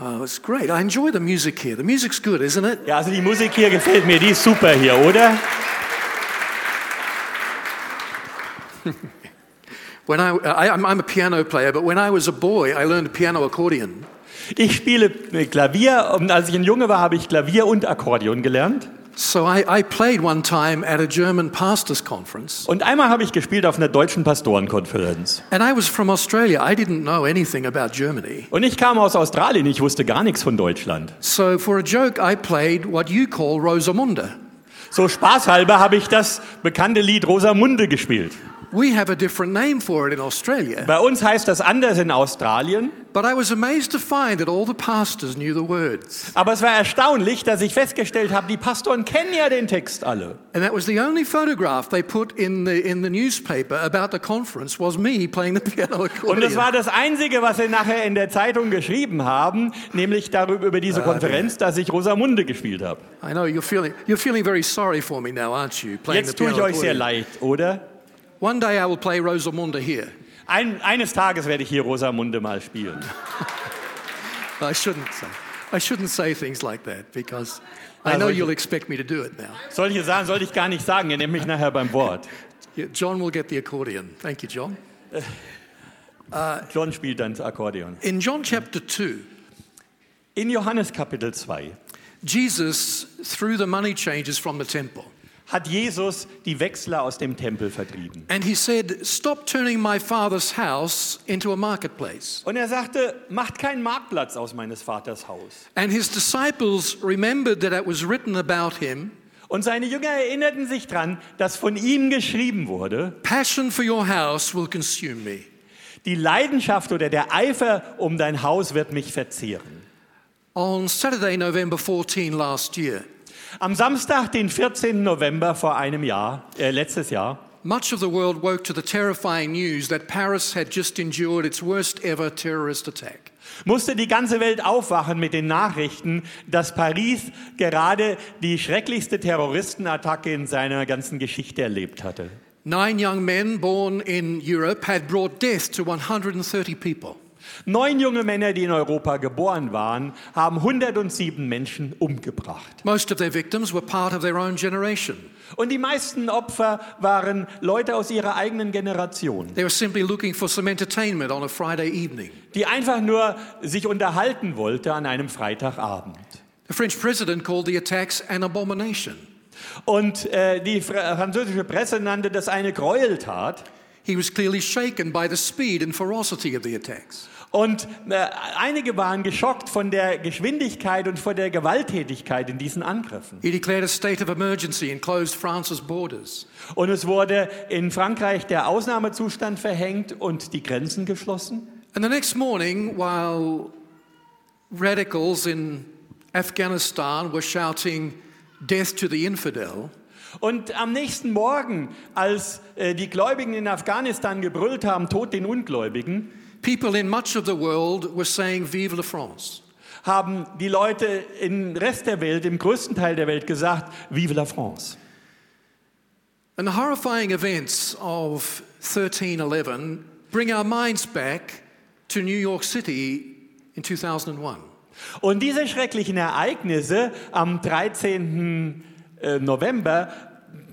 Oh, it's great. I enjoy the music here. The music's good, isn't it? Ja, also die Musik hier gefällt mir, die ist super hier, oder? When I, uh, I, I'm, I'm a piano player, but when I was a boy, I learned piano accordion. Ich spiele Klavier und als ich ein Junge war, habe ich Klavier und Akkordeon gelernt. So I, I played one time at a German pastors' conference, Und einmal habe ich gespielt auf einer deutschen Pastorenkonferenz. and I was from Australia. I didn't know anything about Germany. Und ich kam aus Australien, ich wusste gar nichts von Deutschland. So for a joke, I played what you call Rosamunda. So spaßhalber habe ich das bekannte Lied Rosamunde gespielt. We have a different name for it in Australia, Bei uns heißt das anders in Australien, but I was amazed to find that all the pastors knew the words. aber es war erstaunlich, dass ich festgestellt habe, die Pastoren kennen ja den Text alle. And that was the only photograph they put in the, in the newspaper about the conference was me playing the piano Und accordion. das war das Einzige, was sie nachher in der Zeitung geschrieben haben, nämlich darüber über diese Konferenz, dass ich Rosamunde gespielt habe. I know you're feeling, you're feeling very sorry for me now, aren't you? Playing Jetzt the tue piano ich euch sehr accordion. leid, oder? One day I will play Rosamunda here. Ein, eines Tages werde ich hier Rosamunde mal spielen. I shouldn't say, I shouldn't say things like that because I Also know ich- you'll expect me to do it now. Solche Sachen sollte ich gar nicht sagen, ihr nehmt mich nachher beim Wort. Yeah, John will get the accordion. Thank you, John. John spielt dann das Akkordeon. In John chapter 2, In Johannes Kapitel 2 Jesus threw the money changers from the temple hat Jesus die Wechsler aus dem Tempel vertrieben. and he said, Stop turning my father's house into a marketplace. Und er sagte, macht keinen Marktplatz aus meines Vaters Haus. And his disciples remembered that it was written about him Und seine Jünger erinnerten sich dran, dass von ihm geschrieben wurde, Passion for your house will consume me. die Leidenschaft oder der Eifer um dein Haus wird mich verzehren. On Saturday, November 14 last year, Am Samstag, den 14. November vor einem Jahr, äh, letztes Jahr, Much of the world woke to the terrifying news that Paris had just endured its worst ever terrorist attack. musste die ganze Welt aufwachen mit den Nachrichten, dass Paris gerade die schrecklichste Terroristenattacke in seiner ganzen Geschichte erlebt hatte. Nine young men born in Europe had brought death to 130 people. Neun junge Männer, die in Europa geboren waren, haben 107 Menschen umgebracht. Most of their victims were part of their own generation. Und die meisten Opfer waren Leute aus ihrer eigenen Generation, They were simply looking for some entertainment on a Friday evening. die einfach nur sich unterhalten wollte an einem Freitagabend. The French president called the attacks an abomination. Und äh, die fr- französische Presse nannte das eine Gräueltat. He was clearly shaken by the speed and ferocity of the attacks. Und äh, einige waren geschockt von der Geschwindigkeit und von der Gewalttätigkeit in diesen Angriffen. He declared a state of emergency and closed France's borders. Und es wurde in Frankreich der Ausnahmezustand verhängt und die Grenzen geschlossen. And the next morning, while radicals in Afghanistan were shouting, Death to the infidel, Und am nächsten Morgen, als äh, die Gläubigen in Afghanistan gebrüllt haben, Tod den Ungläubigen, people in much of the world were saying, Vive la France. haben die Leute im Rest der Welt, im größten Teil der Welt gesagt, Vive la France. And the horrifying events of 1311 bring our minds back to New York City in 2001. Und diese schrecklichen Ereignisse am 13. äh, November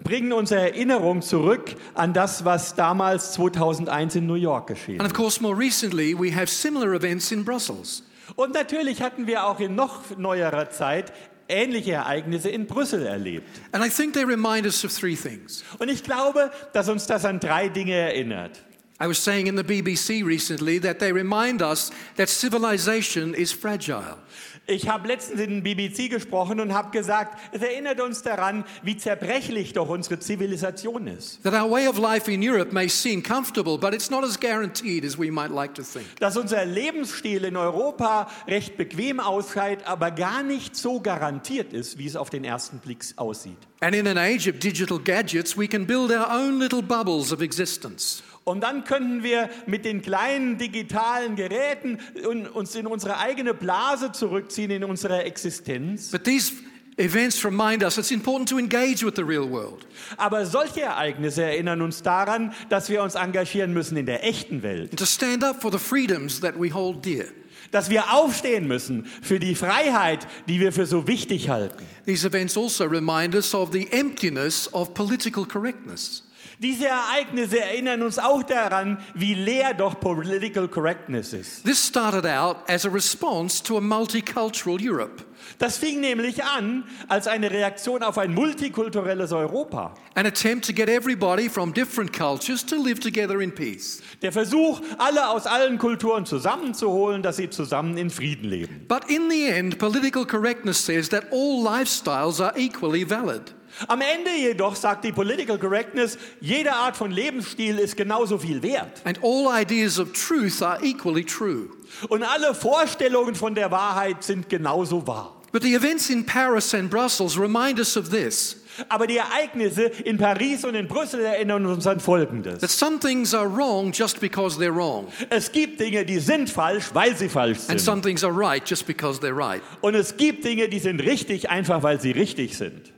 bringen unsere Erinnerung zurück an das, was damals 2001 in New York geschehen And ist. of course, more recently, we have similar events in Brussels. Und natürlich hatten wir auch in noch neuerer Zeit ähnliche Ereignisse in Brüssel erlebt. And I think they remind us of three things. Und ich glaube, dass uns das an drei Dinge erinnert. I was saying in the BBC recently that they remind us that civilization is fragile. Ich habe letztens in den BBC gesprochen und habe gesagt, es erinnert uns daran, wie zerbrechlich doch unsere Zivilisation ist. That our way of life in Europe may seem comfortable, but it's not as guaranteed as we might like to think. dass unser Lebensstil in Europa recht bequem ausscheint, aber gar nicht so garantiert ist, wie es auf den ersten Blick aussieht. And in an age of digital gadgets, we can build our own little bubbles of existence. Und dann könnten wir mit den kleinen digitalen Geräten un- uns in unsere eigene Blase zurückziehen, in unsere Existenz. But these events remind us it's important to engage with the real world. Aber solche Ereignisse erinnern uns daran, dass wir uns engagieren müssen in der echten Welt, And to stand up for the freedoms that we hold dear. dass wir aufstehen müssen für die Freiheit, die wir für so wichtig halten. These events also remind us of the emptiness of political correctness. Diese Ereignisse erinnern uns auch daran, wie leer doch Political Correctness ist. This started out as a response to a multicultural Europe, Das fing nämlich an als eine Reaktion auf ein multikulturelles Europa. an attempt to get everybody from different cultures to live together in peace. Der Versuch, alle aus allen Kulturen zusammenzuholen, dass sie zusammen in Frieden leben. But in the end, political correctness says that all lifestyles are equally valid. Am Ende jedoch sagt die Political Correctness, jede Art von Lebensstil ist genauso viel wert. And all ideas of truth are equally true. Und alle Vorstellungen von der Wahrheit sind genauso wahr. But the events in Paris and Brussels remind us of this Aber die Ereignisse in Paris und in Brüssel erinnern uns an Folgendes. that some things are wrong just because they're wrong, Es gibt Dinge, die sind falsch, weil sie falsch and sind. some things are right just because they're right. Und es gibt Dinge, die sind richtig, einfach weil sie richtig sind.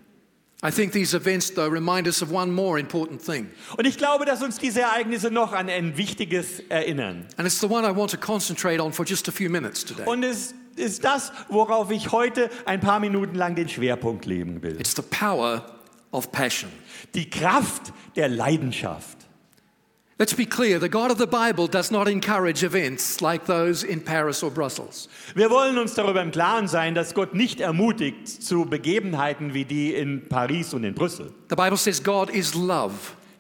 I think these events, though, remind us of one more important thing, Und ich glaube, dass uns diese Ereignisse noch an ein Wichtiges erinnern. and it's the one I want to concentrate on for just a few minutes today. Und es ist das, worauf ich heute ein paar Minuten lang den Schwerpunkt legen will. It's the power of passion. Die Kraft der Leidenschaft. Let's be clear the God of the Bible does not encourage events like those in Paris or Brussels. Wir wollen uns darüber im Klaren sein, dass Gott nicht ermutigt zu Begebenheiten wie die in Paris und in Brüssel. The Bible says God is love.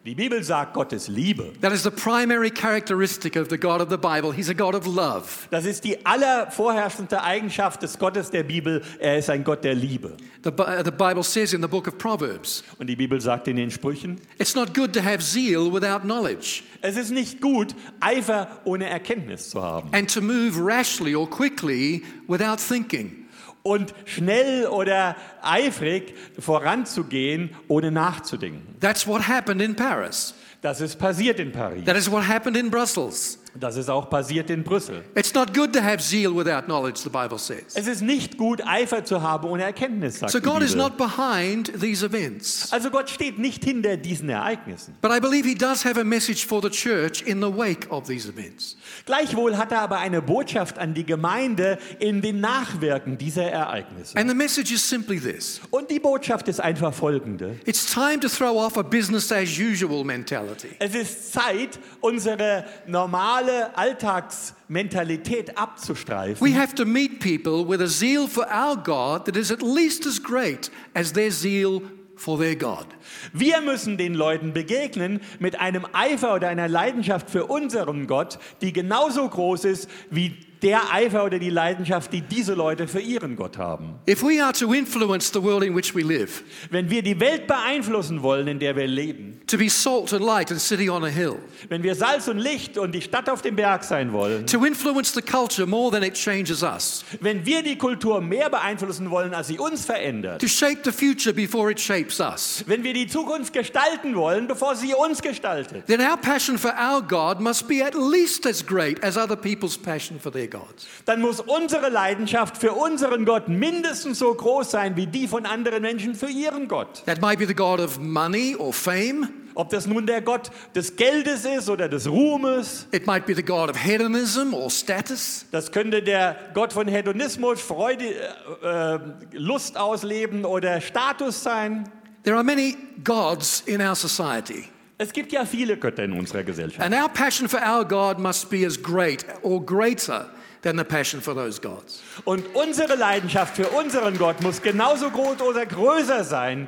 Die Bibel sagt, Gott ist Liebe. That is the primary characteristic of the God of the Bible. He's a God of love. Das ist die allervorherrschendste Eigenschaft des Gottes der Bibel. Er ist ein Gott der Liebe. The, Bi- the Bible says in the book of Proverbs, Und die Bibel sagt in den Sprüchen, it's not good to have zeal without knowledge es ist nicht gut, Eifer ohne Erkenntnis zu haben and to move rashly or quickly without thinking. und schnell oder eifrig voranzugehen, ohne nachzudenken. That's what happened in Paris. Das ist passiert in Paris. That is what happened in Brussels. Das ist auch passiert in Brüssel. It's not good to have zeal without knowledge, the Bible says. Es ist nicht gut, Eifer zu haben ohne Erkenntnis, sagt So die God is Bibel. not behind these events. Also Gott steht nicht hinter diesen Ereignissen. But I believe He does have a message for the church in the wake of these events. Gleichwohl hat er aber eine Botschaft an die Gemeinde in den Nachwirken dieser Ereignisse. And the message is simply this Und die Botschaft ist einfach folgende. It's time to throw off a business as usual mentality Es ist Zeit, unsere normale Alltagsmentalität abzustreifen. We have to meet people with a zeal for our God that is at least as great as their zeal for their God. Wir müssen den Leuten begegnen mit einem Eifer oder einer Leidenschaft für unseren Gott, die genauso groß ist wie der Eifer oder die Leidenschaft, die diese Leute für ihren Gott haben. If we are to influence the world in which we live, Wenn wir die Welt beeinflussen wollen, in der wir leben, to be salt and light and city on a hill, wenn wir Salz und Licht und die Stadt auf dem Berg sein wollen, to influence the culture more than it changes us, wenn wir die Kultur mehr beeinflussen wollen, als sie uns verändert, to shape the future before it shapes us, wenn wir die Zukunft gestalten wollen, bevor sie uns gestaltet, then our passion for our God must be at least as great as other people's passion for their gods. dann muss unsere Leidenschaft für unseren Gott mindestens so groß sein wie die von anderen Menschen für ihren Gott. That might be the God of money or fame, Ob das nun der Gott des Geldes ist oder des Ruhmes, it might be the God of hedonism or status. das könnte der Gott von Hedonismus, Freude, äh, äh, Lust ausleben oder Status sein. There are many gods in our society, Es gibt ja viele Götter in unserer Gesellschaft. and our passion for our God must be as great or greater than the passion for those gods. Und unsere Leidenschaft für unseren Gott muss genauso groß oder größer sein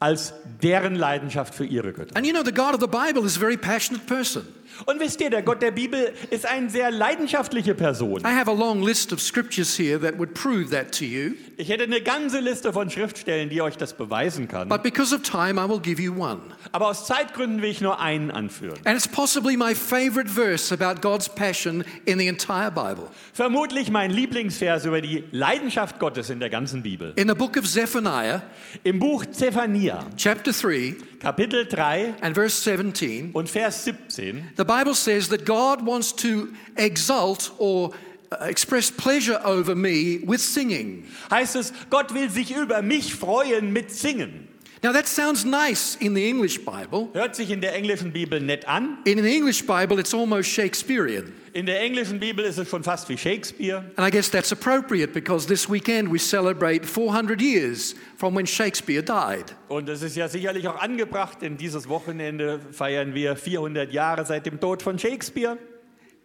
als deren Leidenschaft für ihre Götter. And you know, the God of the Bible is a very passionate person. Und wisst ihr, der Gott der Bibel ist eine sehr leidenschaftliche Person. I have a long list of scriptures here that would prove that to you, Ich hätte eine ganze Liste von Schriftstellen, die euch das beweisen kann. but because of time, I will give you one. Aber aus Zeitgründen will ich nur einen anführen. And it's possibly my favorite verse about God's passion in the entire Bible. Vermutlich mein Lieblingsvers über die Leidenschaft Gottes in der ganzen Bibel. In the book of Zephaniah, Im Buch Zephania, chapter 3, Kapitel 3 and verse 17, und Vers 17, the Bible says that God wants to exalt or uh, express pleasure over me with singing. heißt es, Gott will sich über mich freuen mit Singen. Now, that sounds nice in the English Bible. Hört sich in der englischen Bibel nett an. In an English Bible, it's almost Shakespearean. In der englischen Bibel ist es schon fast wie Shakespeare. And I guess that's appropriate because this weekend we celebrate 400 years from when Shakespeare died. Und es ist ja sicherlich auch angebracht, denn dieses Wochenende feiern wir 400 Jahre seit dem Tod von Shakespeare.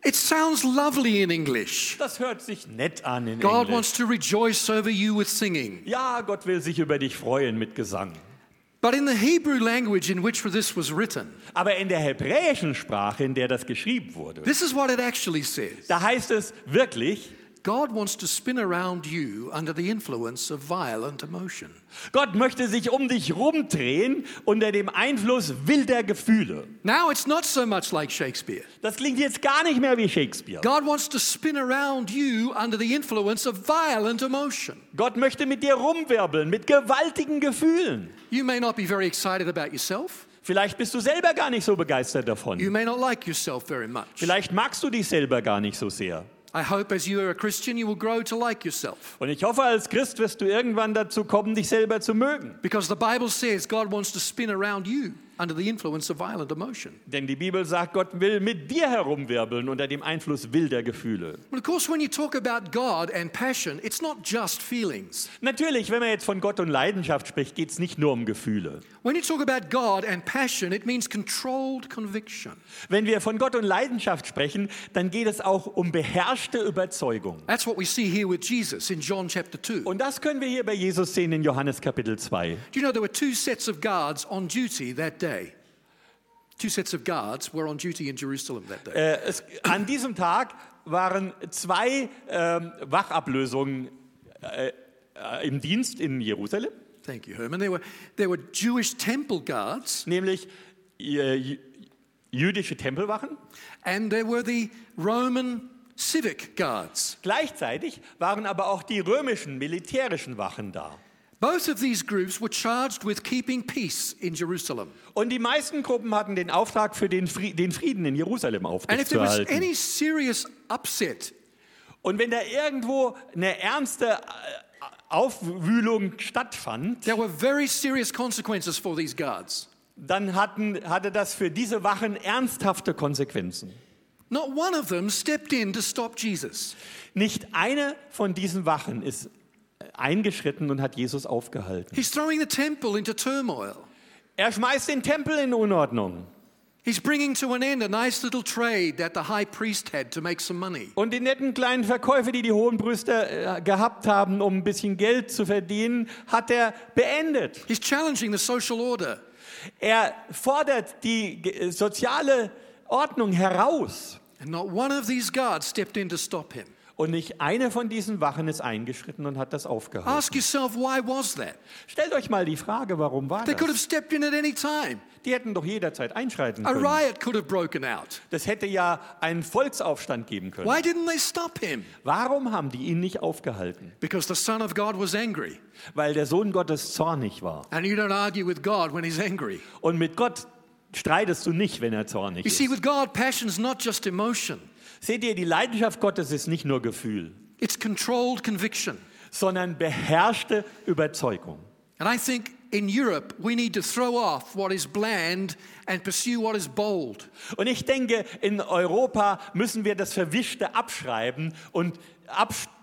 It sounds lovely in English. Das hört sich nett an in God Englisch. wants to rejoice over you with singing. Ja, Gott will sich über dich freuen mit Gesang. But in the Hebrew language in which this was written, Aber in der hebräischen Sprache, in der das geschrieben wurde, this is what it actually says da heißt es wirklich, God wants to spin around you under the influence of violent emotion. Gott möchte sich um dich rumdrehen unter dem Einfluss wilder Gefühle. Now it's not so much like Shakespeare. Das klingt jetzt gar nicht mehr wie Shakespeare. God wants to spin around you under the influence of violent emotion. Gott möchte mit dir rumwirbeln, mit gewaltigen Gefühlen. You may not be very excited about yourself. Vielleicht bist du selber gar nicht so begeistert davon. You may not like yourself very much. Vielleicht magst du dich selber gar nicht so sehr. I hope as you are a Christian, you will grow to like yourself. Und ich hoffe, als Christ wirst du irgendwann dazu kommen, dich selber zu mögen. Because the Bible says God wants to spin around you under the influence of violent emotion. Denn die Bibel sagt, Gott will mit dir herumwirbeln unter dem Einfluss wilder Gefühle. Well, of course, when you talk about God and passion, it's not just feelings. Natürlich, wenn man jetzt von Gott und Leidenschaft spricht, geht es nicht nur um Gefühle. When you talk about God and passion, it means controlled conviction. Wenn wir von Gott und Leidenschaft sprechen, dann geht es auch um beherrschte Überzeugung. That's what we see here with Jesus in John chapter 2. Und das können wir hier bei Jesus sehen in Johannes Kapitel 2. Do you know there were two sets of guards on duty that day? Two sets of guards were on duty in Jerusalem that day. Äh, es, an diesem Tag waren zwei ähm, Wachablösungen äh, äh, im Dienst in Jerusalem, Thank you, Herman. There were, there were Jewish temple guards nämlich äh, jü- jüdische Tempelwachen. and there were the Roman civic guards. Gleichzeitig waren aber auch die römischen militärischen Wachen da. Both of these groups were charged with keeping peace in Jerusalem. Und die meisten Gruppen hatten den Auftrag, für den, Fri den Frieden in Jerusalem And if there was aufrechtzuerhalten. any serious upset, Und wenn da irgendwo eine ernste äh, Aufwühlung stattfand, there were very serious consequences for these guards. dann hatten, hatte das für diese Wachen ernsthafte Konsequenzen. Not one of them stepped in to stop Jesus. Nicht eine von diesen Wachen ist äh, eingeschritten und hat Jesus aufgehalten. He's throwing the temple into turmoil. Er schmeißt den Tempel in Unordnung. He's bringing to an end a nice little trade that the high priest had to make some money. Und die netten kleinen Verkäufe, die die hohen Brüste äh, gehabt haben, um ein bisschen Geld zu verdienen, hat er beendet. He's challenging the social order. Er fordert die äh, soziale Ordnung heraus. And not one of these guards stepped in to stop him. Und nicht eine von diesen Wachen ist eingeschritten und hat das aufgehalten. Ask yourself, why was that? Stellt euch mal die Frage, warum war They could das? have stepped in at any time. Die hätten doch jederzeit einschreiten A können. riot could have broken out. Das hätte ja einen Volksaufstand geben können. Why didn't they stop him? Warum haben die ihn nicht aufgehalten? Because the Son of God was angry. Weil der Sohn Gottes zornig war. And you don't argue with God when he's angry. Und mit Gott streitest du nicht, wenn er zornig You ist. see, with God, passion's not just emotion, Seht ihr, die Leidenschaft Gottes ist nicht nur Gefühl, it's controlled conviction. sondern beherrschte Überzeugung. And I think in Europe, we need to throw off what is bland and pursue what is bold. Und ich denke, in Europa müssen wir das Verwischte abschreiben und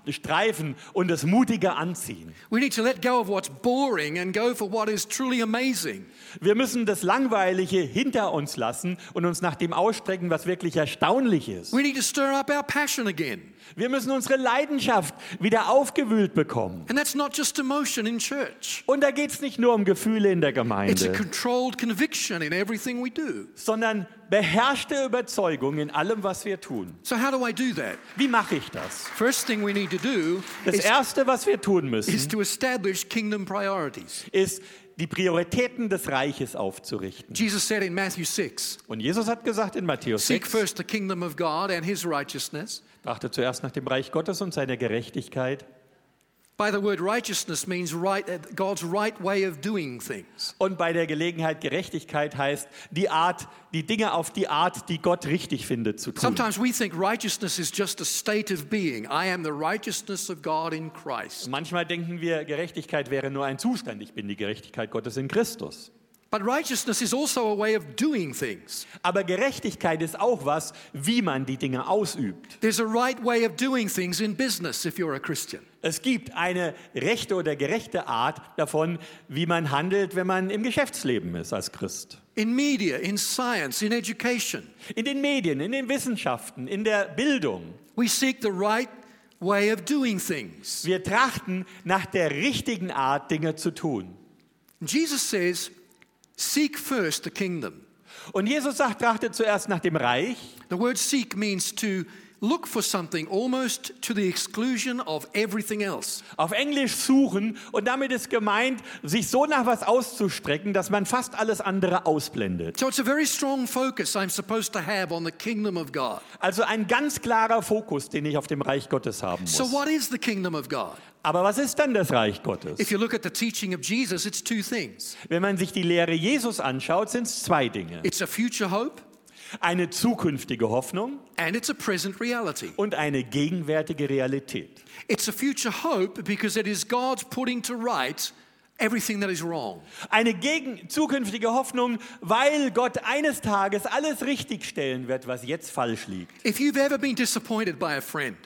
abstreifen und das Mutige anziehen. We need to let go of what's boring and go for what is truly amazing. Wir müssen das Langweilige hinter uns lassen und uns nach dem ausstrecken, was wirklich erstaunlich ist. We need to stir up our passion again. Wir müssen unsere Leidenschaft wieder aufgewühlt bekommen. And that's not just emotion in church, Und da geht es nicht nur um Gefühle in der it's a Gemeinde, controlled conviction in everything we do. sondern beherrschte Überzeugung in allem, was wir tun. So, how do I do that? Wie mache ich das? First thing we need to do Das is, Erste, was wir tun is müssen, to establish kingdom priorities. ist, die Prioritäten des Reiches aufzurichten. Jesus said in Matthew 6 Und Jesus hat gesagt in Matthäus Seek 6, first the kingdom of God and his righteousness, trachte zuerst nach dem Reich Gottes und seiner Gerechtigkeit, By the word righteousness means right, uh, God's right way of doing things. Und bei der Gelegenheit Gerechtigkeit heißt, die Art, die Dinge auf die Art, die Gott richtig findet, zu tun. Sometimes we think righteousness is just a state of being. I am the righteousness of God in Christ. Manchmal denken wir, Gerechtigkeit wäre nur ein Zustand. Ich bin die Gerechtigkeit Gottes in Christus. But righteousness is also a way of doing things. Aber Gerechtigkeit ist auch was, wie man die Dinge ausübt. There's a right way of doing things in business if you're a Christian. Es gibt eine rechte oder gerechte Art davon, wie man handelt, wenn man im Geschäftsleben ist als Christ. In media, in science, in education, In den Medien, in den Wissenschaften, in der Bildung. we seek the right way of doing things. Wir trachten nach der richtigen Art, Dinge zu tun. Jesus says, seek first the kingdom. Und Jesus sagt, trachtet zuerst nach dem Reich. The word seek means to look for something almost to the exclusion of everything else. Auf Englisch suchen und damit ist gemeint, sich so nach was auszustrecken, dass man fast alles andere ausblendet. So it's a very strong focus I'm supposed to have on the kingdom of God. Also ein ganz klarer Fokus, den ich auf dem Reich Gottes haben muss. So, what is the kingdom of God? Aber was ist dann das Reich Gottes? If you look at the teaching of Jesus, it's two things Wenn man sich die Lehre Jesus anschaut, sind es zwei Dinge. it's a future hope Eine zukünftige Hoffnung and it's a present reality. und eine gegenwärtige Realität. It's a future hope because it is God's putting to right everything that is wrong. Eine gegen zukünftige Hoffnung, weil Gott eines Tages alles richtigstellen wird, was jetzt falsch liegt. If you've ever been disappointed by a friend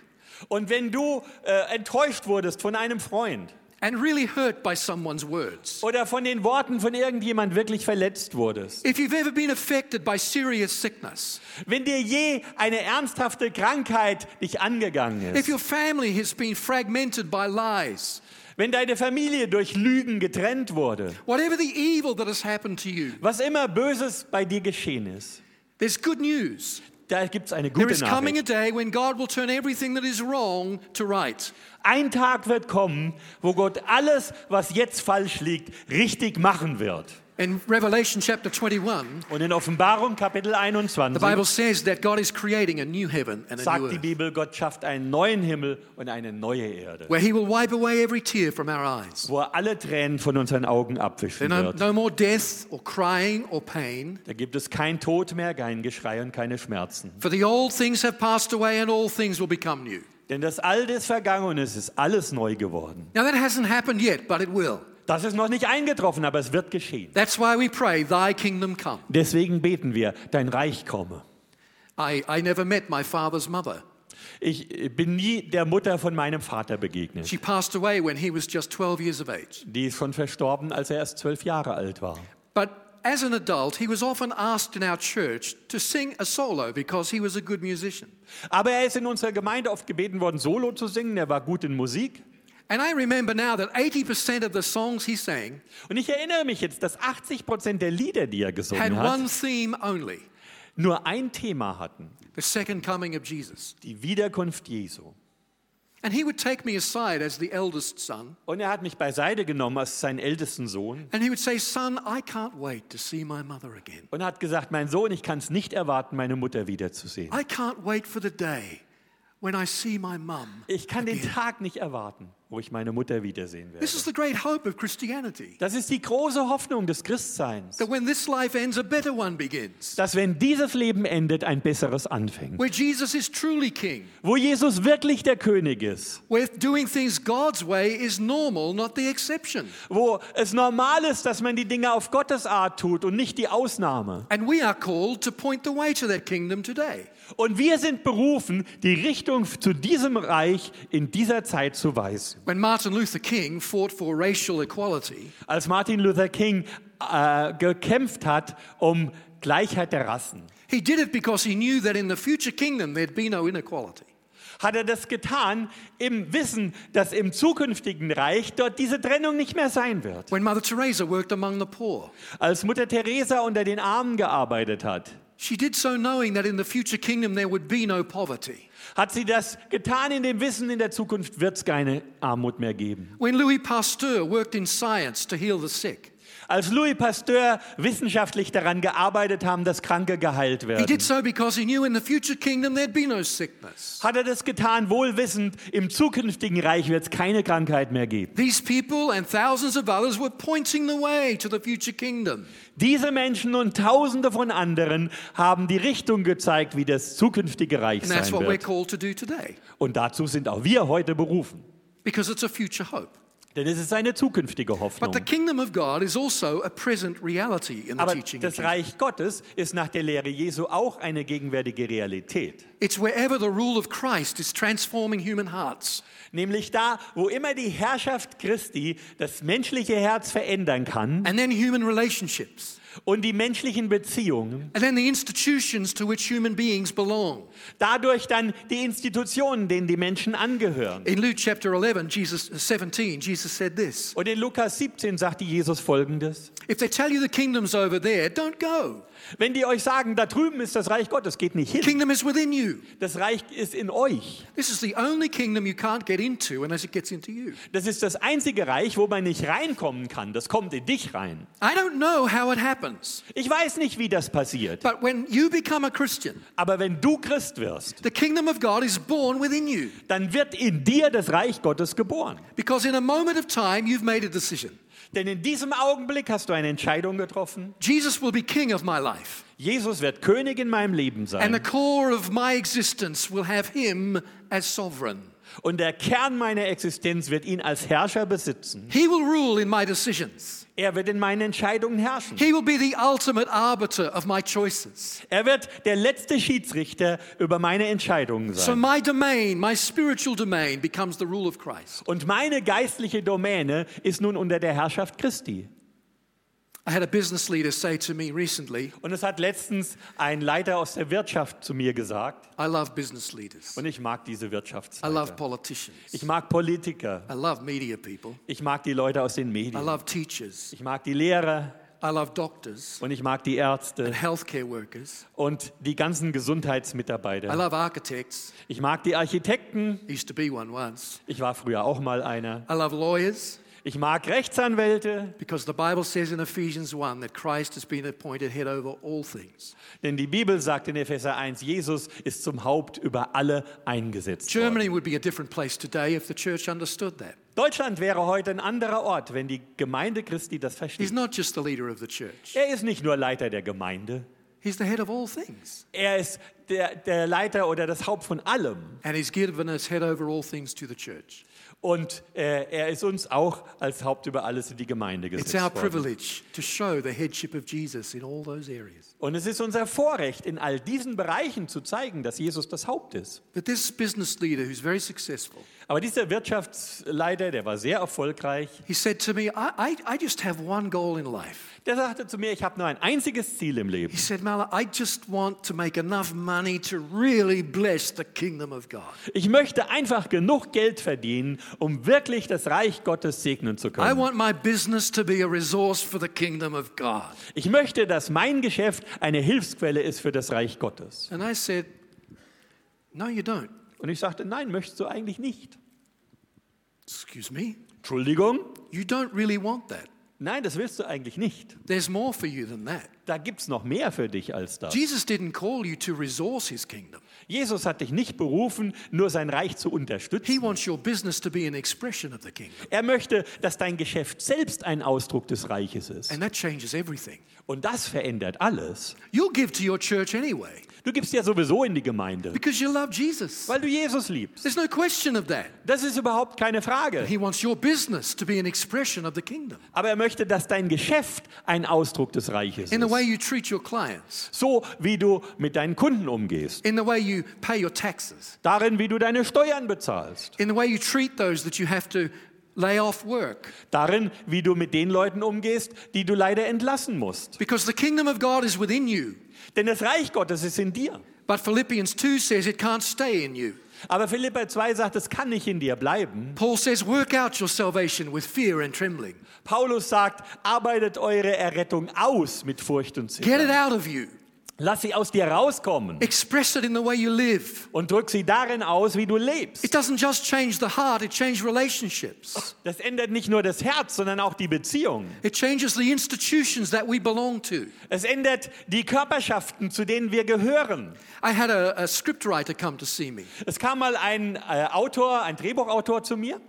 Und wenn du äh, enttäuscht wurdest von einem Freund and really hurt by someone's words, oder von den Worten von irgendjemand wirklich verletzt wurdest, if you've ever been affected by serious sickness, wenn dir je eine ernsthafte Krankheit dich angegangen if ist, your family has been fragmented by lies, wenn deine Familie durch Lügen getrennt wurde, whatever the evil that has happened to you, was immer Böses bei dir geschehen ist, there's good news. da gibt es eine There gute is coming a Nachricht. day when God will turn everything that is wrong to right. Ein Tag wird kommen, wo Gott alles, was jetzt falsch liegt, richtig machen wird. In Revelation chapter 21, Und in Offenbarung Kapitel the 21 Bible says that God is creating a new heaven and a new sagt die earth. Bibel, Gott schafft einen neuen Himmel und eine neue Erde, where he will wipe away every tear from our eyes. wo er alle Tränen von unseren Augen abwischen There are no, wird. no more death or crying or pain, Da gibt es kein Tod mehr, kein Geschrei und keine Schmerzen. for the old things have passed away and all things will become new. Denn das Alte ist vergangen und es ist alles neu geworden. Now, that hasn't happened yet, but it will. Das ist noch nicht eingetroffen, aber es wird geschehen. That's why we pray, Thy kingdom come. Deswegen beten wir, dein Reich komme. I, I never met my father's mother. Ich äh, bin nie der Mutter von meinem Vater begegnet. She passed away when he was just 12 years of age. Die ist schon verstorben, als er erst zwölf Jahre alt war. But as an adult, he was often asked in our church to sing a solo because he was a good musician. Aber er ist in unserer Gemeinde oft gebeten worden, Solo zu singen. Er war gut in Musik. And I remember now that 80% of the songs he sang Und ich erinnere mich jetzt, dass 80 Prozent der Lieder, die er had gesungen hat, one theme only nur ein Thema hatten: the second coming of Jesus. die Wiederkunft Jesu. And he would take me aside as the eldest son, Und er hat mich beiseite genommen als seinen ältesten Sohn and he would say, Son, I can't wait to see my mother again. und hat gesagt: Mein Sohn, ich kann es nicht erwarten, meine Mutter wiederzusehen. I can't wait for the day when I see my mum. Ich kann den Tag nicht erwarten, wo ich meine Mutter wiedersehen werde. This is the great hope of Christianity Das ist die große Hoffnung des Christseins, that when this life ends, a better one begins, dass wenn dieses Leben endet, ein besseres anfängt. where Jesus is truly king, Wo Jesus wirklich der König ist, where doing things God's way is normal, not the exception. wo es normal ist, dass man die Dinge auf Gottes Art tut und nicht die Ausnahme. And we are called to point the way to that kingdom today. Und wir sind berufen, die Richtung zu diesem Reich in dieser Zeit zu weisen. When Martin Luther King fought for racial equality, Als Martin Luther King äh, gekämpft hat um Gleichheit der Rassen, he did it because he knew that in the future kingdom there'd be no inequality. hat er das getan im Wissen, dass im zukünftigen Reich dort diese Trennung nicht mehr sein wird. When Mother Teresa worked among the poor, Als Mutter Teresa unter den Armen gearbeitet hat, she did so knowing that in the future kingdom there would be no poverty. hat sie das getan in dem Wissen, in der Zukunft wird es keine Armut mehr geben. When Louis Pasteur worked in science to heal the sick, Als Louis Pasteur wissenschaftlich daran gearbeitet haben, dass Kranke geheilt He werden, did so because he knew in the future kingdom there'd be no sickness. hat er das getan, wohlwissend, im zukünftigen Reich wird es keine Krankheit mehr geben. These people and thousands of others were pointing the way to the future kingdom. Diese Menschen und Tausende von anderen haben die Richtung gezeigt, wie das zukünftige Reich And that's sein what we're wird. called to do today Und dazu sind auch wir heute berufen. because it's a future hope. Denn es ist eine zukünftige But Hoffnung. the kingdom of God is also a present reality in the Aber teaching of das Jesus. Reich Gottes ist nach der Lehre Jesu auch eine gegenwärtige Realität. It's wherever the rule of Christ is transforming human hearts. Nämlich da, wo immer die Herrschaft Christi das menschliche Herz verändern kann and then human relationships, und die menschlichen Beziehungen, and then the institutions to which human beings belong. dadurch dann die Institutionen, denen die Menschen angehören. In Luke chapter 11, Jesus 17, Jesus said this Und in Lukas 17 sagte Jesus folgendes: If they tell you the kingdom's over there, don't go. Wenn die euch sagen, da drüben ist das Reich Gottes, geht nicht hin. Kingdom is within you. Das Reich ist in euch. This is the only kingdom you can't get into unless it gets into you. Das ist das einzige Reich, wo man nicht reinkommen kann. Das kommt in dich rein. I don't know how it happens, Ich weiß nicht, wie das passiert. but when you become a Christian, Aber wenn du Christ wirst, the kingdom of God is born within you dann wird in dir das Reich Gottes geboren. because in a moment of time you've made a decision. Denn in diesem Augenblick hast du eine Entscheidung getroffen. Jesus will be king of my life, Jesus wird König in meinem Leben and the sein. core of my existence will have him as sovereign. Und der Kern meiner Existenz wird ihn als Herrscher besitzen. He will rule in my decisions. Er wird in meinen Entscheidungen herrschen. He will be the ultimate arbiter of my choices. Er wird der letzte Schiedsrichter über meine Entscheidungen So sein. my domain, my spiritual domain, becomes the rule of Christ. Und meine geistliche Domäne ist nun unter der Herrschaft Christi. I had a business leader say to me recently, Und es hat letztens ein Leiter aus der Wirtschaft zu mir gesagt, I love business leaders. und ich mag diese I love Wirtschaftsleiter. politicians. Ich mag Politiker. I love media people. Ich mag die Leute aus den I Medien. love teachers. Ich mag die Lehrer I love doctors und ich mag die and Ärzte healthcare workers. und die ganzen I Gesundheitsmitarbeiter. love architects. Ich mag die Architekten. Used to be one once. Ich war früher auch mal einer. I love lawyers Ich mag Rechtsanwälte, because the Bible says in Ephesians 1 that Christ has been appointed head over all things. denn die Bibel sagt in Epheser 1, Jesus ist zum Haupt über alle eingesetzt. Worden. Germany would be a different place today if the church understood that. Deutschland wäre heute ein anderer Ort, wenn die Gemeinde Christi das He's versteht. not just the leader of the church, Er ist nicht nur Leiter der Gemeinde, he's the head of all things. er ist der, der Leiter oder das Haupt von allem. And he's given us head over all things to the church. Und äh, er ist uns auch als Haupt über alles in die Gemeinde It's gesetzt. our Worden. privilege to show the headship of Jesus in all those areas. Und es ist unser Vorrecht, in all diesen Bereichen zu zeigen, dass Jesus das Haupt ist. But this business leader who's very successful, Aber dieser Wirtschaftsleiter, der war sehr erfolgreich, he said to me, I, I, I just have one goal in life. der sagte zu mir, ich habe nur ein einziges Ziel im He Leben. said, Mala, I just want to make enough money to really bless the kingdom of God. Ich möchte einfach genug Geld verdienen, um wirklich das Reich Gottes segnen zu I können. want my business to be a resource for the kingdom of God. Ich möchte, dass mein Geschäft eine Hilfsquelle ist für das Reich Gottes. And I said, No, you don't. Und ich sagte, nein, möchtest du eigentlich nicht. Excuse me? Entschuldigung? You don't really want that. Nein, das willst du eigentlich nicht. There's more for you than that. Da gibt es noch mehr für dich als das. Jesus didn't call you to resource his kingdom. Jesus hat dich nicht berufen, nur sein Reich zu unterstützen. He wants your business to be an expression of the kingdom. Er möchte, dass dein Geschäft selbst ein Ausdruck des Reiches ist. And that changes everything. Und das verändert alles. You'll give to your church anyway Du gibst ja sowieso in die Gemeinde, because you love Jesus. weil du Jesus liebst. There's no question of that. Das ist überhaupt keine Frage. He wants your business to be an expression of the kingdom Aber er möchte, dass dein Geschäft ein Ausdruck des Reiches in the way ist. you treat your clients, So wie du mit deinen Kunden umgehst. in the way you pay your taxes, Darin, wie du deine Steuern bezahlst. in the way you treat those that you have to lay off work. Darin, wie du mit den Leuten umgehst, die du leider entlassen musst. Because the kingdom of God is within you. Denn das Reich Gottes ist in dir. But Philippians 2 says it can't stay in you. Aber Philippa 2 sagt, es kann nicht in dir bleiben. Paul says, work out your salvation with fear and trembling. Paulus sagt, arbeitet eure Errettung aus mit Furcht und Get it Zittern. out of you. Lass sie aus dir rauskommen Express it in the way you live. und drück sie darin aus, wie du lebst. It doesn't just change the heart, it changes relationships. Das ändert nicht nur das Herz, sondern auch die Beziehung. It changes the institutions that we belong to. Es ändert die Körperschaften, zu denen wir gehören. I had a, a scriptwriter come to see me, Es kam mal ein äh, Autor, ein Drehbuchautor zu mir.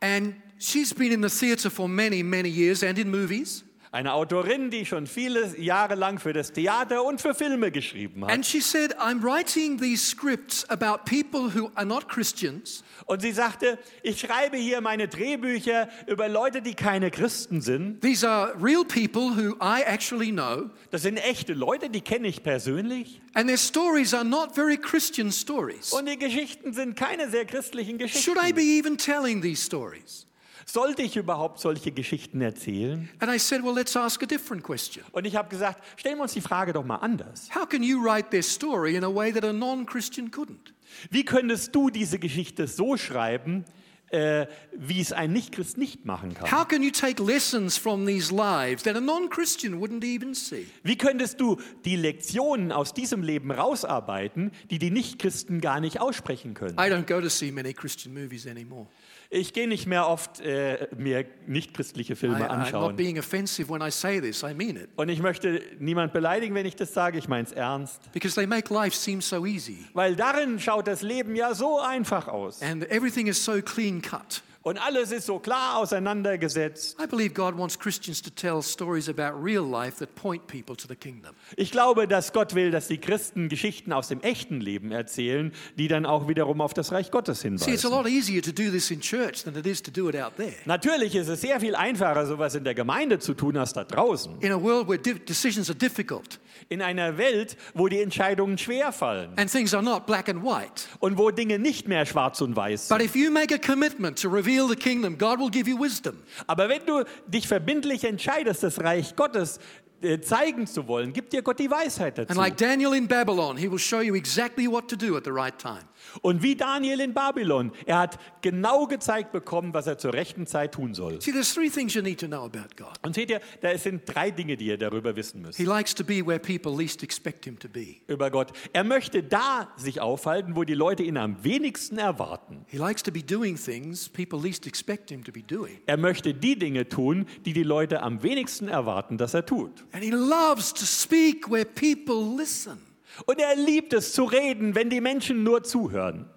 and she's been in the theatre for many, many years and in movies. Eine Autorin, die schon viele Jahre lang für das Theater und für Filme geschrieben hat. And she said, I'm writing these scripts about people who are not Christians, Und sie sagte, ich schreibe hier meine Drehbücher über Leute, die keine Christen sind. These are real people who I actually know, Das sind echte Leute, die kenne ich persönlich. and their stories are not very Christian stories. Und die Geschichten sind keine sehr christlichen Should I Geschichten. be even telling these stories? Sollte ich überhaupt solche Geschichten erzählen? And I said, Well, let's ask a different question. Und ich habe gesagt, stellen wir uns die Frage doch mal anders. How can you write their story in a way that a non Christian couldn't? Wie könntest du diese Geschichte so schreiben, äh, wie es ein Nichtchrist nicht machen kann? How can you take lessons from these lives that a non Christian wouldn't even see? Wie könntest du die Lektionen aus diesem Leben rausarbeiten, die die Nichtchristen gar nicht aussprechen können? I don't go to see many Christian movies anymore. Ich gehe nicht mehr oft äh, mir nichtchristliche I, Filme I'm not anschauen. being offensive when I say this, I mean it, Und ich möchte niemand beleidigen, wenn ich das sage. Ich meine es ernst. because they make life seem so easy Weil darin schaut das Leben ja so einfach aus. and everything is so clean cut. Und alles ist so klar auseinandergesetzt. I believe God wants Christians to tell stories about real life that point people to the kingdom. Ich glaube, dass Gott will, dass die Christen Geschichten aus dem echten Leben erzählen, die dann auch wiederum auf das Reich Gottes See, it's a hinweisen. lot easier to do this in church than it is to do it out there. Natürlich ist es sehr viel einfacher, sowas in der Gemeinde zu tun, als da draußen. In a world where di- decisions are difficult In einer Welt, wo die Entscheidungen schwer fallen and things are not black and white. und wo Dinge nicht mehr schwarz und weiß sind. But if you make a commitment to reveal the kingdom, God will give you wisdom. Aber wenn du dich verbindlich entscheidest, das Reich Gottes äh, zeigen zu wollen, gibt dir Gott die Weisheit And dazu. like Daniel in Babylon, he will show you exactly what to do at the right time. Und wie Daniel in Babylon, er hat genau gezeigt bekommen, was er zur rechten Zeit tun soll. See, there's three things you need to know about God. Und seht ihr, da sind drei Dinge, die ihr darüber wissen müsst. He likes to be where people least expect him to be. Über Gott. Er möchte da sich aufhalten, wo die Leute ihn am wenigsten erwarten. He likes to be doing things people least expect him to be doing. Er möchte die Dinge tun, die die Leute am wenigsten erwarten, dass er tut. And he loves to speak where people listen. Und er liebt es zu reden, wenn die Menschen nur zuhören.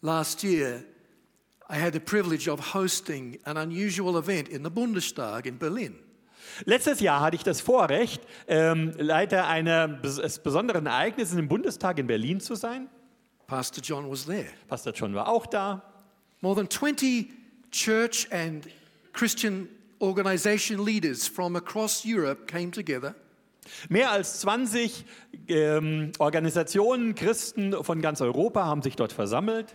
Last year, I had the privilege of hosting an unusual event in the Bundestag in Berlin. Letztes Jahr hatte ich das Vorrecht, ähm, Leiter einer bes eines besonderen Ereignisses im Bundestag in Berlin zu sein. Pastor John was there. Pastor John war auch da. More than 20 church and Christian organization leaders from across Europe came together Mehr als 20 ähm, Organisationen, Christen von ganz Europa haben sich dort versammelt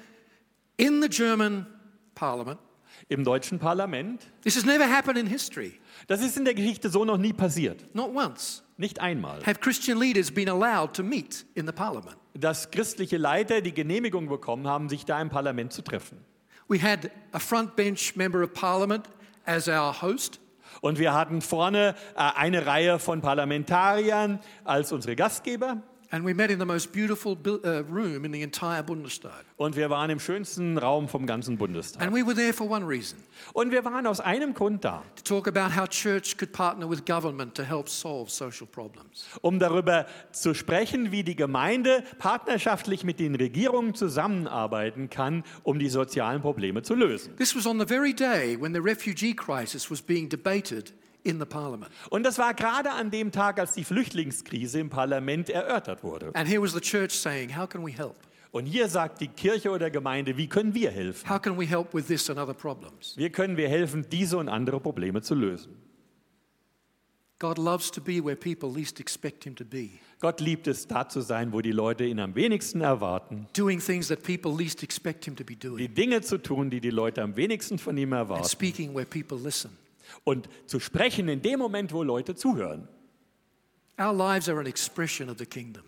in the German parliament. im deutschen Parlament. This has never happened in history, Das ist in der Geschichte so noch nie passiert. not once. Nicht einmal. Have Christian leaders been allowed to meet in the parliament? Dass christliche Leiter die Genehmigung bekommen haben, sich da im Parlament zu treffen. We had a front bench member of parliament as our host. Und wir hatten vorne äh, eine Reihe von Parlamentariern als unsere Gastgeber. And we met in the most beautiful bu- uh, room in the entire Bundestag. Und wir waren im schönsten Raum vom ganzen Bundestag. And we were there for one reason Und wir waren aus einem Grund da, to talk about how church could partner with government to help solve social problems. um darüber zu sprechen, wie die Gemeinde partnerschaftlich mit den Regierungen zusammenarbeiten kann, um die sozialen Probleme zu lösen. This was on the very day when the refugee crisis was being debated in the parliament. Und das war gerade an dem Tag, als die Flüchtlingskrise im Parlament erörtert wurde. And here was the church saying, How can we help? Und hier sagt die Kirche oder Gemeinde, wie können wir helfen? How can we help with this and other problems? Wie können wir helfen, diese und andere Probleme zu lösen? God loves to be where people least expect Him to be, Gott liebt es, da zu sein, wo die Leute ihn am wenigsten erwarten, doing things that people least expect Him to be die doing, Dinge zu tun, die die Leute am wenigsten von ihm and erwarten. speaking where people listen. und zu sprechen in dem Moment, wo Leute zuhören. Our lives are an expression of the kingdom.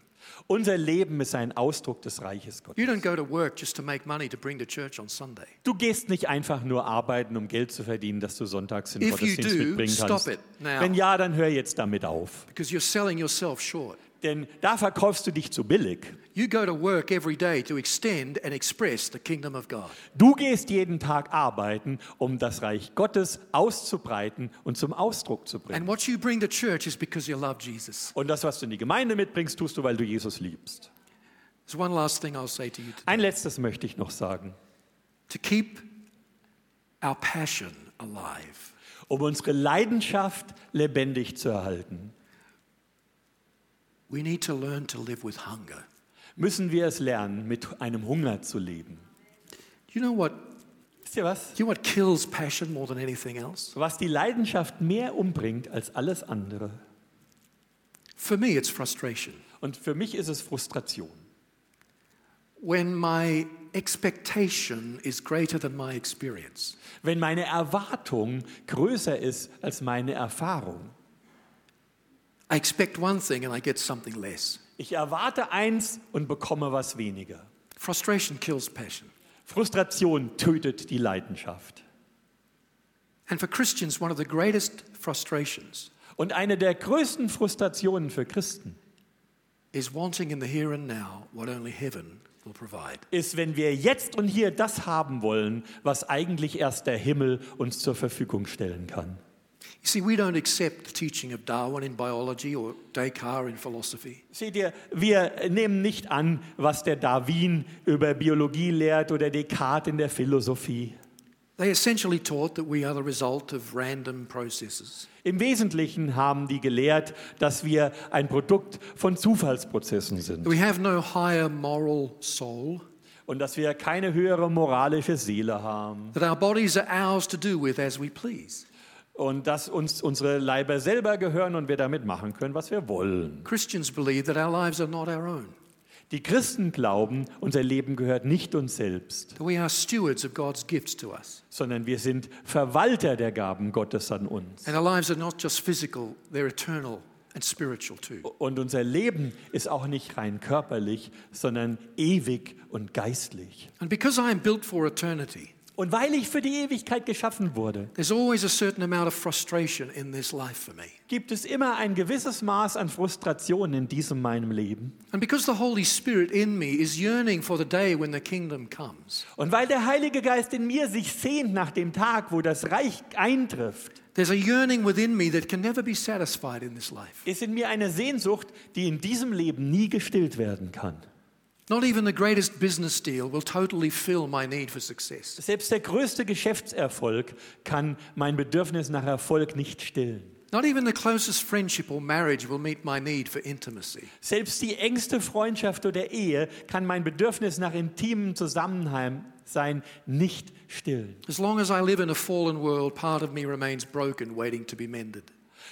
Unser Leben ist ein Ausdruck des Reiches Gottes. You don't go to work just to make money to bring to church on Sunday. Du gehst nicht einfach nur arbeiten, um Geld zu verdienen, dass du sonntags in den If you Gottesdienst do, mitbringen stop kannst. it now. Wenn ja, dann hör jetzt damit auf, Because you're selling yourself short. denn da verkaufst du dich zu billig. You go to work every day to extend and express the kingdom of God. Du gehst jeden Tag arbeiten, um das Reich Gottes auszubreiten und zum Ausdruck zu bringen. And what you bring to church is because you love Jesus. Und das, was du in die Gemeinde mitbringst, tust du, weil du Jesus liebst. There's one last thing I'll say to you Ein letztes möchte ich noch sagen. to keep our passion alive. Um unsere Leidenschaft lebendig zu erhalten, We need to learn to live with hunger. müssen wir es lernen, mit einem Hunger zu leben. Do you know what? Wisst ihr was? You know what kills passion more than anything else? Was die Leidenschaft mehr umbringt als alles andere. For me, it's frustration. Und für mich ist es Frustration. When my expectation is greater than my experience, Wenn meine Erwartung größer ist als meine Erfahrung. I expect one thing and I get something less. Ich erwarte eins und bekomme was weniger. Frustration kills passion. Frustration tötet die Leidenschaft. And for Christians, one of the greatest frustrations Und eine der größten Frustrationen für Christen is wanting in the here and now what only heaven will provide. ist, wenn wir jetzt und hier das haben wollen, was eigentlich erst der Himmel uns zur Verfügung stellen kann. You see, we don't accept the teaching of Darwin in biology or Descartes in philosophy. Seht ihr, wir nehmen nicht an, was der Darwin über Biologie lehrt oder Descartes in der Philosophie. They essentially taught that we are the result of random processes. Im Wesentlichen haben die gelehrt, dass wir ein Produkt von Zufallsprozessen That sind we have no higher moral soul, und dass wir keine höhere moralische Seele haben that our bodies are ours to do with as we please. und dass uns unsere Leiber selber gehören und wir damit machen können, was wir wollen. Christians believe that our lives are not our own, Die Christen glauben, unser Leben gehört nicht uns selbst, that we are stewards of God's gifts to us. sondern wir sind Verwalter der Gaben Gottes an uns. And our lives are not just physical, they're eternal and spiritual too. Und unser Leben ist auch nicht rein körperlich, sondern ewig und geistlich. And because I am built for eternity, Und weil ich für die Ewigkeit geschaffen wurde, there's always a certain amount of frustration in this life for me. gibt es immer ein gewisses Maß an Frustration in diesem meinem Leben. And because the Holy Spirit in me is yearning for the day when the kingdom comes, Und weil der Heilige Geist in mir sich sehnt nach dem Tag, wo das Reich eintrifft, there's a yearning within me that can never be satisfied in this life. ist in mir eine Sehnsucht, die in diesem Leben nie gestillt werden kann. Not even the greatest business deal will totally fill my need for success. Selbst der größte Geschäftserfolg kann mein Bedürfnis nach Erfolg nicht stillen. Not even the closest friendship or marriage will meet my need for intimacy. Selbst die engste Freundschaft oder Ehe kann mein Bedürfnis nach intimem Zusammensein nicht stillen. As long as I live in a fallen world, part of me remains broken, waiting to be mended.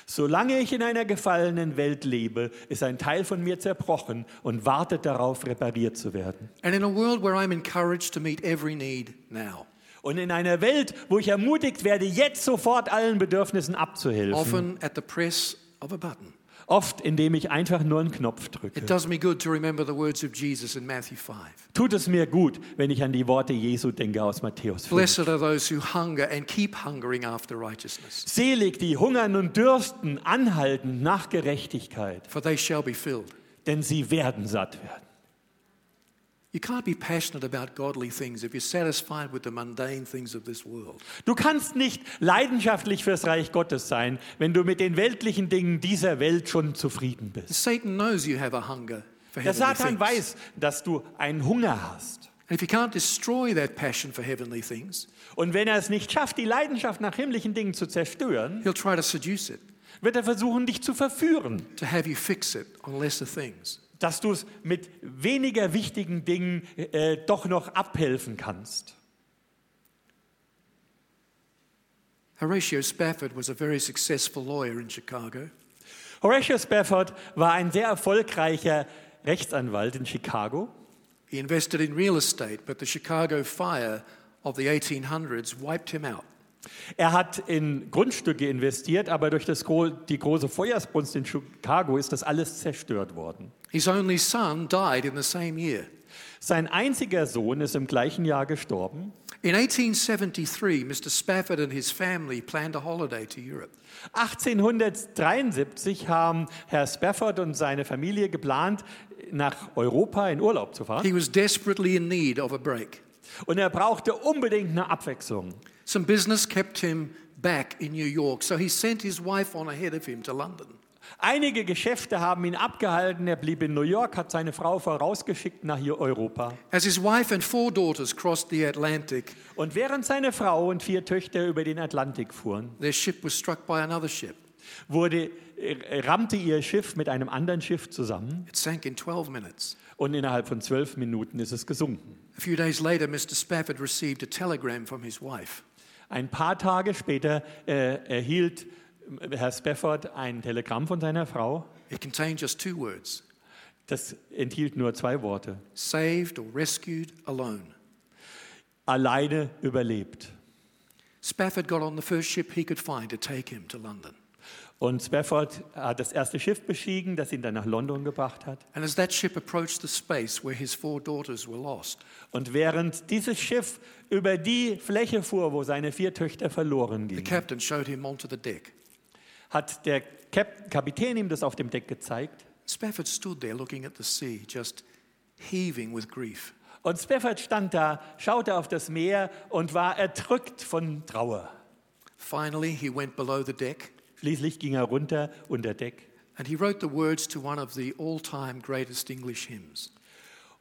Solange ich in einer gefallenen Welt lebe, ist ein Teil von mir zerbrochen und wartet darauf, repariert zu werden. And in a world where I'm encouraged to meet every need now, Und in einer Welt, wo ich ermutigt werde, jetzt sofort allen Bedürfnissen abzuhelfen, often at the press of a button, oft indem ich einfach nur einen Knopf drücke, it does me good to remember the words of Jesus in Matthew 5. tut es mir gut, wenn ich an die Worte Jesu denke aus Matthäus 5. Blessed are those who hunger and keep hungering after righteousness, Selig, die hungern und dürsten, anhaltend nach Gerechtigkeit, for they shall be filled. denn sie werden satt werden. You can't be passionate about godly things if you're satisfied with the mundane things of this world. Du kannst nicht leidenschaftlich fürs Reich Gottes sein, wenn du mit den weltlichen Dingen dieser Welt schon zufrieden bist. Satan knows you have a hunger for heavenly Der Satan things. weiß, dass du einen Hunger hast. And if you can't destroy that passion for heavenly things, Und wenn er es nicht schafft, die Leidenschaft nach himmlischen Dingen zu zerstören, he'll try to seduce it, wird er versuchen, dich zu verführen, to have you fix it on lesser things. dass du es mit weniger wichtigen Dingen äh, doch noch abhelfen kannst. Horatio Spafford was a very successful lawyer in Chicago. Horatio Spafford war ein sehr erfolgreicher Rechtsanwalt in Chicago. He invested in real estate, but the Chicago fire of the 1800s wiped him out. Er hat in Grundstücke investiert, aber durch das, gro- die große Feuersbrunst in Chicago ist das alles zerstört worden. His only son died in the same year. Sein einziger Sohn ist im gleichen Jahr gestorben. In 1873, Mr. Spafford and his family planned a holiday to Europe. 1873 haben Herr Spafford und seine Familie geplant, nach Europa in Urlaub zu fahren. He was desperately in need of a break. Und er brauchte unbedingt eine Abwechslung. Some business kept him back in New York, so he sent his wife on ahead of him to London. Einige Geschäfte haben ihn abgehalten. Er blieb in New York, hat seine Frau vorausgeschickt nach hier Europa. As his wife and four daughters crossed the Atlantic, Und während seine Frau und vier Töchter über den Atlantik fuhren, their ship was struck by another ship. wurde, äh, rammte ihr Schiff mit einem anderen Schiff zusammen It sank in 12 minutes. und innerhalb von zwölf Minuten ist es gesunken. A few days later, Mr. Spafford received a telegram from his wife. Ein paar Tage später äh, erhielt äh, Herr Spafford ein Telegramm von seiner Frau. It contained just two words Das enthielt nur zwei Worte. saved or rescued alone. Alleine überlebt. Spafford got on the first ship he could find to take him to London. Und Spafford hat das erste Schiff bestiegen, das ihn dann nach London gebracht hat. And as that ship approached the space where his four daughters were lost, Und während dieses Schiff über die Fläche fuhr, wo seine vier Töchter verloren the gingen, captain showed him onto the deck. hat der Kap Kapitän ihm das auf dem Deck gezeigt. Spafford stood there looking at the sea, just heaving with grief. Und Spafford stand da, schaute auf das Meer und war erdrückt von Trauer. Finally, he went below the deck Schließlich ging er runter unter Deck and he wrote the words to one of the all time greatest English hymns.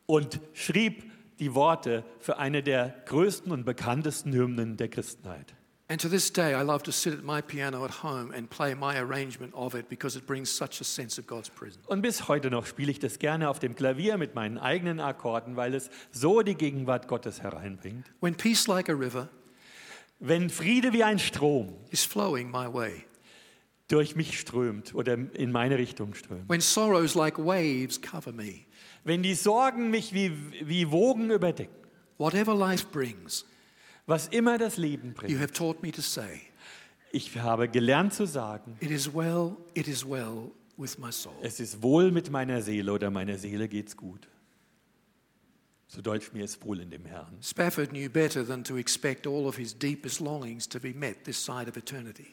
und schrieb die Worte für eine der größten und bekanntesten Hymnen der Christenheit. And to this day, I love to sit at my piano at home and play my arrangement of it because it brings such a sense of God's presence. Und bis heute noch spiele ich das gerne auf dem Klavier mit meinen eigenen Akkorden, weil es so die Gegenwart Gottes hereinbringt. When peace like a river Wenn Friede wie ein Strom is flowing my way, durch mich strömt oder in meine Richtung strömt, when sorrows like waves cover me, wenn die Sorgen mich wie, wie Wogen überdecken, whatever life brings, was immer das Leben you bringt, have taught me to say, ich habe gelernt zu sagen, It is well, it is well with my soul. es ist wohl mit meiner Seele oder meiner Seele geht's gut. Zu Deutsch, mir ist wohl in dem Herrn. Spafford knew better than to expect all of his deepest longings to be met this side of eternity.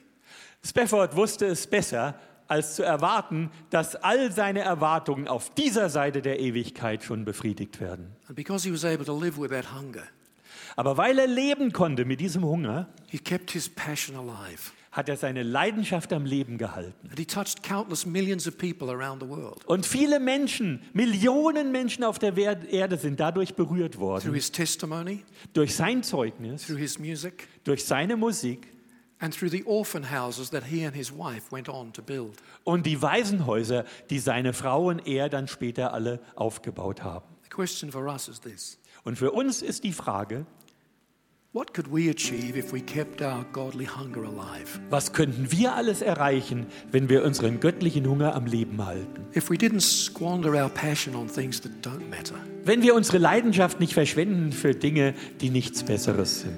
Spafford wusste es besser, als zu erwarten, dass all seine Erwartungen auf dieser Seite der Ewigkeit schon befriedigt werden. And because he was able to live with that hunger, Aber weil er leben konnte mit diesem Hunger, he kept his passion alive. hat er seine Leidenschaft am Leben gehalten. And he touched countless millions of people around the world Und viele Menschen, Millionen Menschen auf der Wer- Erde sind dadurch berührt through worden. his testimony, Durch sein Zeugnis, through his music, durch seine Musik and through the orphan houses that he and his wife went on to build. und die Waisenhäuser, die seine Frau und er dann später alle aufgebaut haben. The question for us is this Und für uns ist die Frage, What could we achieve if we kept our godly hunger alive? was könnten wir alles erreichen, wenn wir unseren göttlichen Hunger am Leben halten? If we didn't squander our passion on things that don't matter? Wenn wir unsere Leidenschaft nicht verschwenden für Dinge, die nichts Besseres sind?